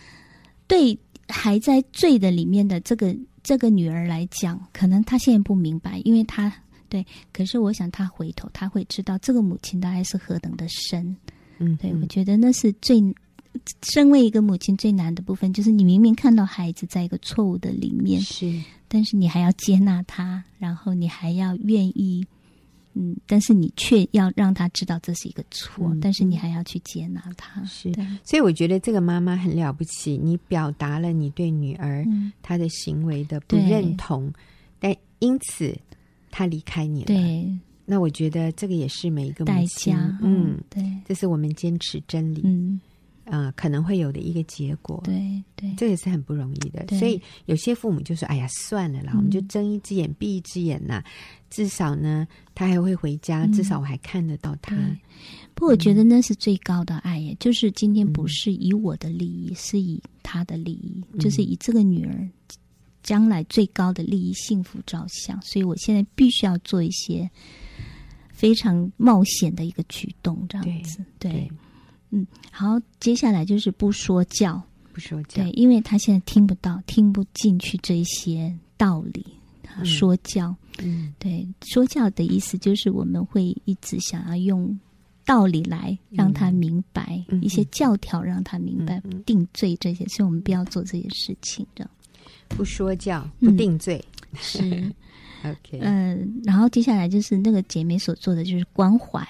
Speaker 3: 对还在罪的里面的这个这个女儿来讲，可能她现在不明白，因为她对，可是我想她回头，她会知道这个母亲的爱是何等的深。
Speaker 1: 嗯，
Speaker 3: 对，
Speaker 1: 嗯
Speaker 3: 我觉得那是最。身为一个母亲，最难的部分就是你明明看到孩子在一个错误的里面，
Speaker 1: 是
Speaker 3: 但是你还要接纳他，然后你还要愿意，嗯，但是你却要让他知道这是一个错，
Speaker 1: 嗯
Speaker 3: 但是你还要去接纳他，
Speaker 1: 是
Speaker 3: 嗯对，
Speaker 1: 所以我觉得这个妈妈很了不起，你表达了你对女儿
Speaker 3: 嗯，
Speaker 1: 她的行为的不
Speaker 3: 对
Speaker 1: 认同，但因此她离开你了。，
Speaker 3: 对，
Speaker 1: 那我觉得这个也是每一个母
Speaker 3: 代
Speaker 1: 亲
Speaker 3: 价，，
Speaker 1: 嗯，，
Speaker 3: 对，
Speaker 1: 这是我们坚持真理，
Speaker 3: 嗯，
Speaker 1: 啊，可能会有的一个结果。
Speaker 3: 对对，
Speaker 1: 这也是很不容易的，
Speaker 3: 对
Speaker 1: 所以有些父母就说：“哎呀，算了啦，
Speaker 3: 嗯
Speaker 1: 我们就睁一只眼闭一只眼呐，至少呢，他还会回家，
Speaker 3: 嗯
Speaker 1: 至少我还看得到他。
Speaker 3: 对不过我觉得那是最高的爱耶，就是今天不是以我的利益，是以他的利益，就是以这个女儿将来最高的利益、幸福着想，所以我现在必须要做一些非常冒险的一个举动，这样子，对。
Speaker 1: 对
Speaker 3: 嗯，好，接下来就是不说教，
Speaker 1: 不说教
Speaker 3: 对，，因为他现在听不到、听不进去这一些道理。啊
Speaker 1: 嗯
Speaker 3: 说教，
Speaker 1: 嗯
Speaker 3: 对，说教的意思就是我们会一直想要用道理来让他明白、
Speaker 1: 嗯
Speaker 3: 一些教条，让他明白、
Speaker 1: 嗯嗯
Speaker 3: 定罪这些，所以我们不要做这些事情的。
Speaker 1: 不说教，
Speaker 3: 嗯
Speaker 1: 不定罪。
Speaker 3: 是，
Speaker 1: OK，嗯
Speaker 3: 嗯，然后接下来就是那个姐妹所做的就是关怀，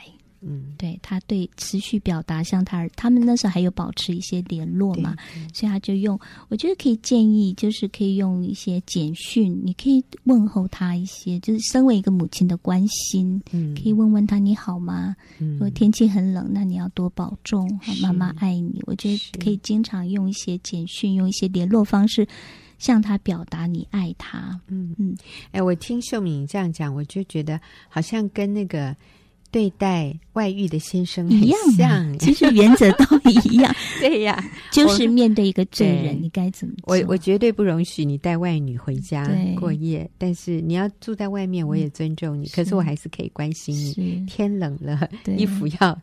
Speaker 1: 嗯，
Speaker 3: 对她对持续表达，像她儿他们那时候还有保持一些联络嘛，所以她就用，我觉得可以建议就是可以用一些简讯，你可以问候她一些，就是身为一个母亲的关心，
Speaker 1: 嗯，
Speaker 3: 可以问问她你好吗？
Speaker 1: 嗯
Speaker 3: 如果天气很冷，那你要多保重，好
Speaker 1: 是
Speaker 3: 妈妈爱你。我觉
Speaker 1: 是
Speaker 3: 得可以经常用一些简讯，用一些联络方式，向他表达你 爱他。
Speaker 1: 嗯嗯
Speaker 3: 嗯，
Speaker 1: 哎，我听秀敏这样讲，我就觉得好像跟那个对待外遇的先生很
Speaker 3: 一样啊
Speaker 1: 像
Speaker 3: 嘛，
Speaker 1: 耶。
Speaker 3: 其实原则都一 样，
Speaker 1: 对 呀，
Speaker 3: 就是面对一个罪
Speaker 1: 对
Speaker 3: 人，你该怎么做？
Speaker 1: 我我绝对不容许你带外女回家
Speaker 3: 对嗯
Speaker 1: 过夜，但是你要住在外面，我也尊重你，可是
Speaker 3: 是
Speaker 1: 我还是可以关心你。
Speaker 3: 是
Speaker 1: 天冷了，
Speaker 3: 对
Speaker 1: 衣服要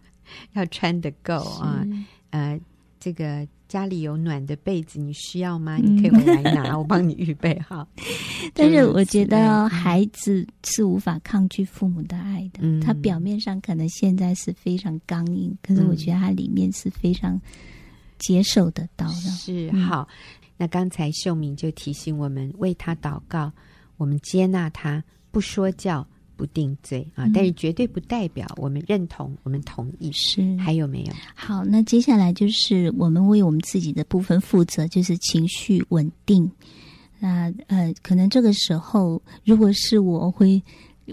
Speaker 1: 要穿得够啊，
Speaker 3: 是
Speaker 1: 呃，这个家里有暖的被子，你需要吗？
Speaker 3: 嗯
Speaker 1: 你可以回来拿，我帮你预备好。
Speaker 3: 但
Speaker 1: 诸
Speaker 3: 是
Speaker 1: 如
Speaker 3: 我觉
Speaker 1: 此类
Speaker 3: 得
Speaker 1: 嗯
Speaker 3: 孩子是无法抗拒父母的爱的。
Speaker 1: 嗯
Speaker 3: 他表面上可能现在是非常刚硬，可是我
Speaker 1: 嗯
Speaker 3: 觉得他里面是非常接受得到的。
Speaker 1: 是
Speaker 3: 嗯
Speaker 1: 好，那刚才秀敏就提醒我们为他祷告，我们接纳他，不说教，不定罪啊，但是绝对不代表我们认同，我们同意。
Speaker 3: 是，
Speaker 1: 还有没有？
Speaker 3: 好，那接下来就是我们为我们自己的部分负责，就是情绪稳定。那呃，可能这个时候，如果是我我会，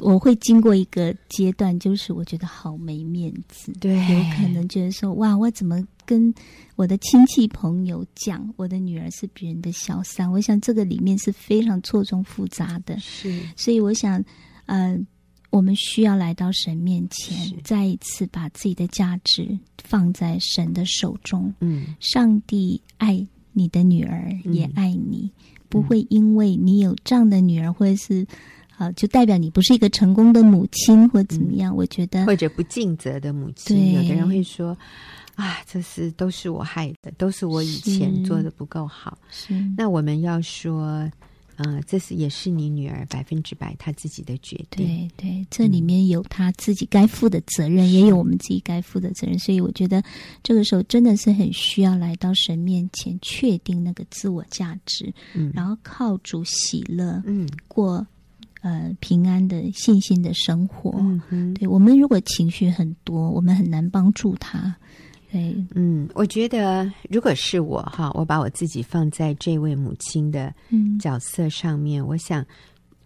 Speaker 3: 我会经过一个阶段，就是我觉得好没面子，
Speaker 1: 对，
Speaker 3: 有可能觉得说，哇，我怎么跟我的亲戚朋友讲我的女儿是别人的小三？我想这个里面是非常错综复杂的。
Speaker 1: 是
Speaker 3: 所以我想，呃，我们需要来到神面
Speaker 1: 是
Speaker 3: 前，再一次把自己的价值放在神的手中。
Speaker 1: 嗯
Speaker 3: 上帝爱你的女儿，
Speaker 1: 嗯
Speaker 3: 也爱你，不会因为你有这样的女儿，或者是。呃，就代表你不是一个成功的母亲，或怎么
Speaker 1: 嗯
Speaker 3: 样？我觉得
Speaker 1: 或者不尽责的母亲，有
Speaker 3: 对
Speaker 1: 的人会说啊，这是都是我害的，都是我以前
Speaker 3: 是
Speaker 1: 做的不够好。
Speaker 3: 是
Speaker 1: 那我们要说，呃，这是也是你女儿百分之百她自己的决定。
Speaker 3: 对对，这里面有他自己该负的责
Speaker 1: 嗯
Speaker 3: 任，也有我们自己该负的责任，所以我觉得这个时候真的是很需要来到神面前，确定那个自我价值，
Speaker 1: 嗯
Speaker 3: 然后靠主喜乐
Speaker 1: 嗯
Speaker 3: 过呃平安的信心的生活。
Speaker 1: 嗯哼
Speaker 3: 对我们如果情绪很多，我们很难帮助他。对，
Speaker 1: 嗯，我觉得如果是我哈，我把我自己放在这位母亲的
Speaker 3: 嗯，
Speaker 1: 角色上面，我想，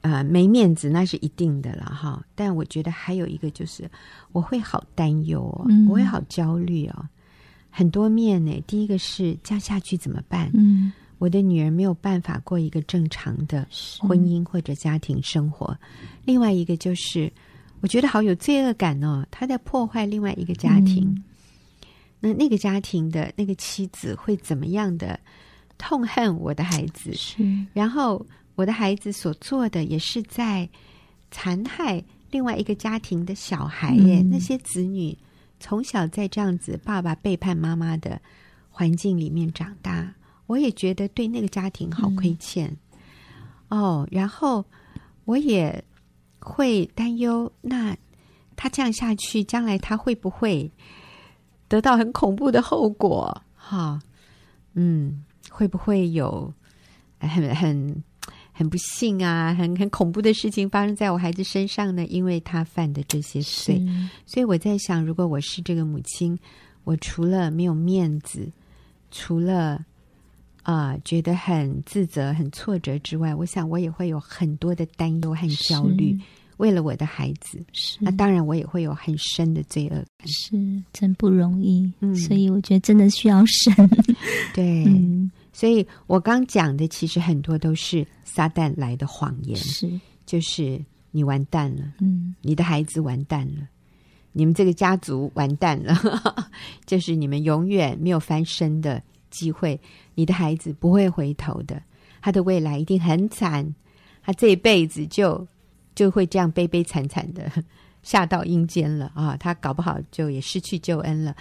Speaker 1: 啊，没面子那是一定的了哈。但我觉得还有一个就是，我会好担忧哦，
Speaker 3: 嗯
Speaker 1: 我会好焦虑哦，很多面呢。第一个是这样下去怎么办？
Speaker 3: 嗯，
Speaker 1: 我的女儿没有办法过一个正常的
Speaker 3: 是
Speaker 1: 婚姻或者家庭生活。另外一个就是，我觉得好有罪恶感哦，她在破坏另外一个家庭。
Speaker 3: 嗯
Speaker 1: 那那个家庭的那个妻子会怎么样的痛恨我的孩子？
Speaker 3: 是
Speaker 1: 然后我的孩子所做的也是在残害另外一个家庭的小孩耶，
Speaker 3: 嗯
Speaker 1: 那些子女从小在这样子爸爸背叛妈妈的环境里面长大，我也觉得对那个家庭好亏欠、哦。然后我也会担忧，那他这样下去，将来他会不会得到很恐怖的后果？哈、嗯，会不会有呃很很很不幸啊，很很恐怖的事情发生在我孩子身上呢，因为他犯的这些罪。
Speaker 3: 是
Speaker 1: 所以我在想，如果我是这个母亲，我除了没有面子，除了啊、呃觉得很自责、很挫折之外，我想我也会有很多的担忧和焦虑，啊为了我的孩子。
Speaker 3: 是。
Speaker 1: 那当然，我也会有很深的罪恶感。
Speaker 3: 是真不容易，
Speaker 1: 嗯
Speaker 3: 所以我觉得真的需要神。
Speaker 1: 对，
Speaker 3: 嗯，
Speaker 1: 所以我刚讲的其实很多都是撒旦来的谎言，
Speaker 3: 是，
Speaker 1: 就是你完蛋了。
Speaker 3: 嗯，
Speaker 1: 你的孩子完蛋了，你们这个家族完蛋了， 就是你们永远没有翻身的机会，你的孩子不会回头的，他的未来一定很惨，他这一辈子就就会这样悲 悲惨惨的下到阴间了啊，他搞不好就也失去救恩了。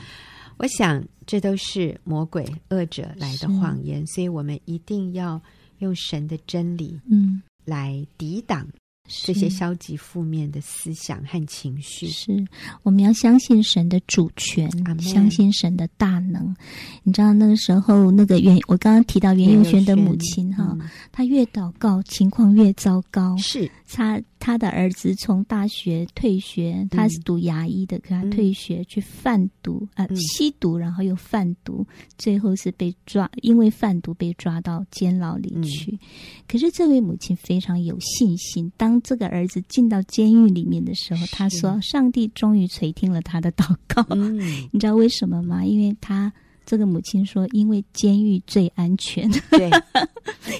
Speaker 1: 我想这都是魔鬼恶者来的谎言，所以我们一定要用神的真理
Speaker 3: 嗯，
Speaker 1: 来抵挡这
Speaker 3: 这
Speaker 1: 些消极负面的思想和情绪。
Speaker 3: 嗯是，我们要相信神的主权，
Speaker 1: Amen
Speaker 3: 相信神的大能。你知道那个时候，那个袁，我刚刚提到袁
Speaker 1: 有嗯
Speaker 3: 咏轩的母亲哈，她越祷告，情况越糟糕。
Speaker 1: 是
Speaker 3: 她她的儿子从大学退学，他是读牙医的，可他
Speaker 1: 嗯
Speaker 3: 退学去贩毒啊、
Speaker 1: 嗯
Speaker 3: 吸毒，然后又贩毒，最后是被抓，因为贩毒被抓到监牢里
Speaker 1: 嗯
Speaker 3: 去。可是这位母亲非常有信心，当这个儿子进到监狱里面的时候，
Speaker 1: 是
Speaker 3: 她说：“上帝终于垂听了他的祷 告。
Speaker 1: 嗯，
Speaker 3: 你知道为什么吗？因为她这个母亲说，因为监狱最安全，
Speaker 1: 对，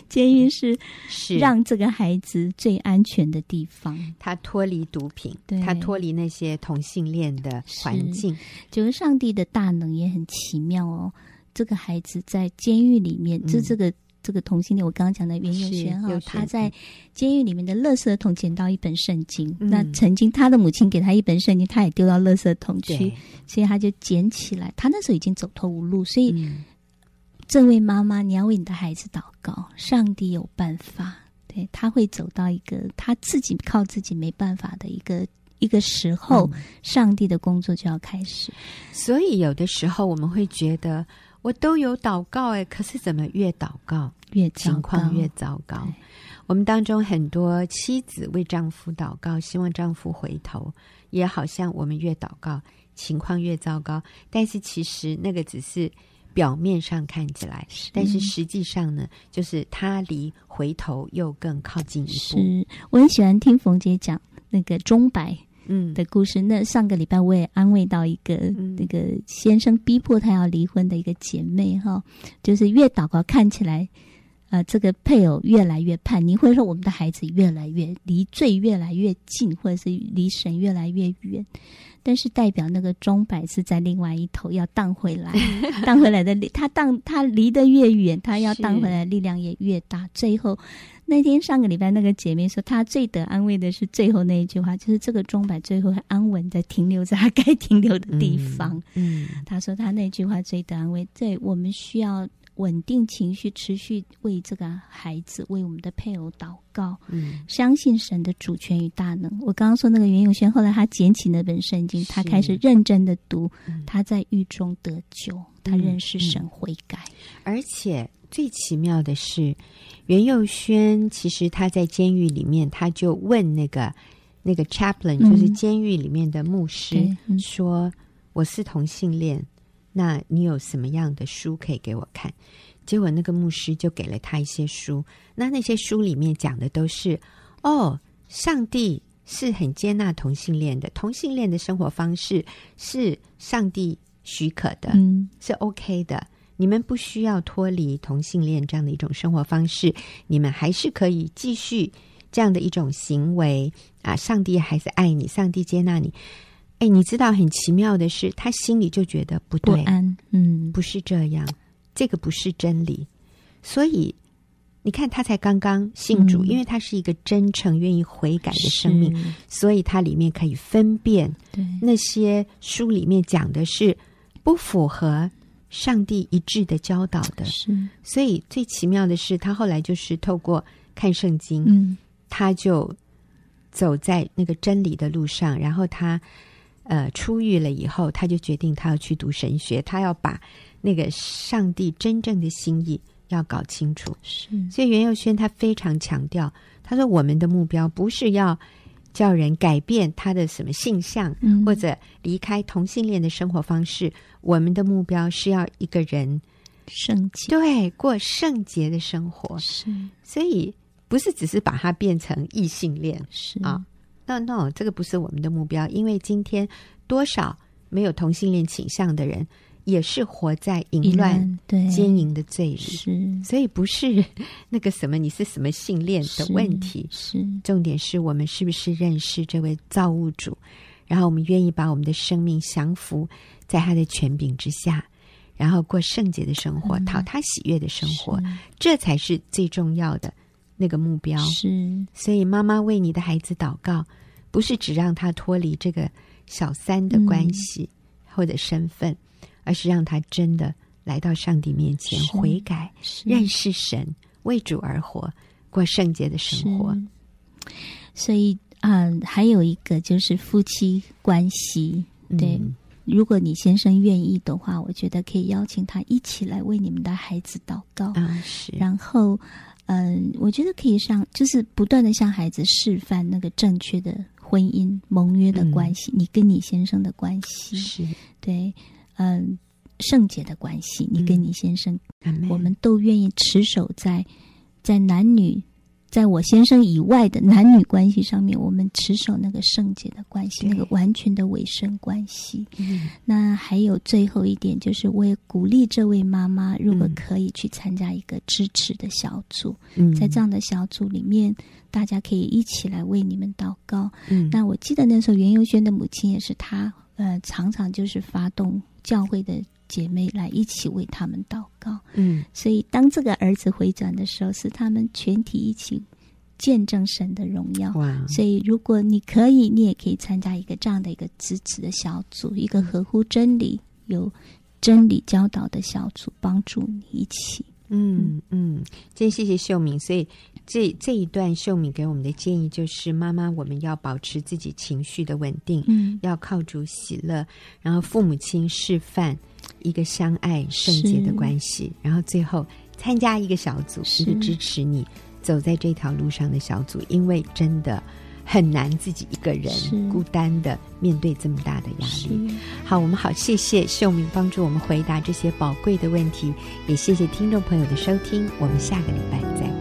Speaker 3: 监狱是
Speaker 1: 是
Speaker 3: 让这个孩子最安全的地方。
Speaker 1: 他脱离毒品
Speaker 3: 对，
Speaker 1: 他脱离那些同性恋的环境。
Speaker 3: 就是上帝的大能也很奇妙哦。这个孩子在监狱里面，
Speaker 1: 嗯
Speaker 3: 这这个这个同性恋，我刚刚讲的袁咏轩
Speaker 1: 是
Speaker 3: 哈
Speaker 1: 佑，
Speaker 3: 他
Speaker 1: 轩
Speaker 3: 在监狱里面的垃圾桶捡到一本圣经。
Speaker 1: 嗯
Speaker 3: 那曾经他的母亲给他一本圣经，他也丢到垃圾桶去
Speaker 1: 对，，
Speaker 3: 所以他就捡起来。他那时候已经走投无路，所以
Speaker 1: 嗯，
Speaker 3: 这位妈妈，你要为你的孩子祷告，上帝有办法，对他会走到一个他自己靠自己没办法的一个一个时候，
Speaker 1: 嗯
Speaker 3: 上帝的工作就要开始。
Speaker 1: 所以有的时候我们会觉得，我都有祷告哎，可是怎么越祷告
Speaker 3: 越
Speaker 1: 情
Speaker 3: 糟糕
Speaker 1: 况越糟糕？我们当中很多妻子为丈夫祷告，希望丈夫回头，也好像我们越祷告情况越糟糕，但是其实那个只是表面上看起来，但是实际上呢，就是他离回头又更靠近一步。
Speaker 3: 是，我很喜欢听冯姐讲那个钟摆
Speaker 1: 嗯，
Speaker 3: 的故事。那上个礼拜我也安慰到一个、
Speaker 1: 嗯
Speaker 3: 那个先生逼迫她要离婚的一个姐妹哈，就是越祷告看起来，呃，这个配偶越来越叛逆，或者说我们的孩子越来越离罪越来越近，或者是离神越来越远。但是代表那个钟摆是在另外一头要荡 回来，荡回来的力，他荡他离得越远，他要荡回来的力量也越大。最后那天上个礼拜那个姐妹说，她最得安慰的是最后那一句话，就是这个钟摆最后还安稳的停留在她该停留的地方。
Speaker 1: 嗯，
Speaker 3: 她说她那句话最得安慰，对我们需要稳定情绪，持续为这个孩子、为我们的配偶祷告。
Speaker 1: 嗯，
Speaker 3: 相信神的主权与大能。我刚刚说那个袁咏轩，后来他捡起那本圣经，
Speaker 1: 是
Speaker 3: 他开始认真的读
Speaker 1: 嗯，
Speaker 3: 他在狱中得救，他认识神悔改。
Speaker 1: 而且最奇妙的是，袁佑轩其实他在监狱里面，他就问那个那个 chaplain，、
Speaker 3: 嗯
Speaker 1: 就是监狱里面的牧师
Speaker 3: 对，嗯
Speaker 1: 说：“我是同性恋，那你有什么样的书可以给我看？”结果那个牧师就给了他一些书，那那些书里面讲的都是哦，上帝是很接纳同性恋的，同性恋的生活方式是上帝许可的，
Speaker 3: 嗯，
Speaker 1: 是 OK 的。你们不需要脱离同性恋这样的一种生活方式，你们还是可以继续这样的一种行为啊！上帝还是爱你，上帝接纳你。哎，你知道很奇妙的是，他心里就觉得不
Speaker 3: 不
Speaker 1: 对，
Speaker 3: 安，嗯，
Speaker 1: 不是这样，这个不是真理。所以你看，他才刚刚信主，
Speaker 3: 嗯
Speaker 1: 因为他是一个真诚、愿意悔改的生命，
Speaker 3: 是，
Speaker 1: 所以他里面可以分辨
Speaker 3: 对，
Speaker 1: 那些书里面讲的是不符合上帝一致的教导的。
Speaker 3: 是，
Speaker 1: 所以最奇妙的是，他后来就是透过看圣经，
Speaker 3: 嗯，
Speaker 1: 他就走在那个真理的路上，然后他。呃，出狱了以后，他就决定他要去读神学，他要把那个上帝真正的心意要搞清楚。
Speaker 3: 是，
Speaker 1: 所以袁佑轩他非常强调，他说我们的目标不是要叫人改变他的什么性向，
Speaker 3: 嗯，
Speaker 1: 或者离开同性恋的生活方式，我们的目标是要一个人
Speaker 3: 圣洁，
Speaker 1: 对过圣洁的生活，
Speaker 3: 是
Speaker 1: 所以不是只是把它变成异性恋。
Speaker 3: 是
Speaker 1: 啊，No No，这个不是我们的目标，因为今天多少没有同性恋倾向的人，也是活在淫乱、
Speaker 3: 对，
Speaker 1: 奸淫的罪里。
Speaker 3: 是
Speaker 1: 所以不是 那个什么你是什么性恋的问题，
Speaker 3: 是
Speaker 1: 重点是我们是不是认识这位造物主，然后我们愿意把我们的生命降服在他的权柄之下，然后过圣洁的生活，
Speaker 3: 嗯
Speaker 1: 讨他喜悦的生活，这才是最重要的那个目标。
Speaker 3: 是
Speaker 1: 所以妈妈为你的孩子祷告，
Speaker 3: 嗯
Speaker 1: 不是只让他脱离这个小三的关系或者身份，而是让他真的来到上帝面前
Speaker 3: 是嗯
Speaker 1: 悔改，
Speaker 3: 是
Speaker 1: 认识神，为主而活，过圣洁的生活。
Speaker 3: 所以，嗯、还有一个就是夫妻关系。对
Speaker 1: 嗯
Speaker 3: 如果你先生愿意的话，我觉得可以邀请他一起来为你们的孩子祷告。
Speaker 1: 啊，是
Speaker 3: 哦然后，嗯、我觉得可以向，就是不断的向孩子示范那个正确的婚姻盟约的关系，你跟你先生的关
Speaker 1: 嗯
Speaker 3: 系，
Speaker 1: 是，
Speaker 3: 对，嗯、圣洁的关系，你
Speaker 1: 嗯
Speaker 3: 跟你先生，
Speaker 1: 阿妹
Speaker 3: 我们都愿意持守在在男女。在我先生以外的男女关系上面，我们持守那个圣洁的关系，
Speaker 1: 对
Speaker 3: 那个完全的委身关系。
Speaker 1: 嗯
Speaker 3: 那还有最后一点，就是我也鼓励这位妈妈，如果
Speaker 1: 嗯
Speaker 3: 可以去参加一个支持的小组，
Speaker 1: 嗯
Speaker 3: 在这样的小组里面，大家可以一起来为你们祷告。
Speaker 1: 嗯
Speaker 3: 那我记得那时候袁佑轩的母亲也是她，呃，常常就是发动教会的姐妹来一起为他们祷告。
Speaker 1: 嗯
Speaker 3: 所以当这个儿子回转的时候，是他们全体一起见证神的荣耀。
Speaker 1: 哇，
Speaker 3: 所以，如果你可以，你也可以参加一个这样的一个支持的小组，一个合乎真理、有真理教导的小组，帮助你一起。
Speaker 1: 嗯嗯，真谢谢秀敏。所以这这一段秀敏给我们的建议就是：妈妈，我们要保持自己情绪的稳定，
Speaker 3: 嗯，
Speaker 1: 要靠主喜乐，然后父母亲示范一个相爱圣洁的
Speaker 3: 是
Speaker 1: 关系，然后最后参加一个小组，一个
Speaker 3: 是
Speaker 1: 支持你走在这条路上的小组，因为真的很难自己一个人
Speaker 3: 是
Speaker 1: 孤单的面对这么大的压
Speaker 3: 是
Speaker 1: 力。好，我们好，谢谢秀敏帮助我们回答这些宝贵的问题，也谢谢听众朋友的收听，我们下个礼拜再会。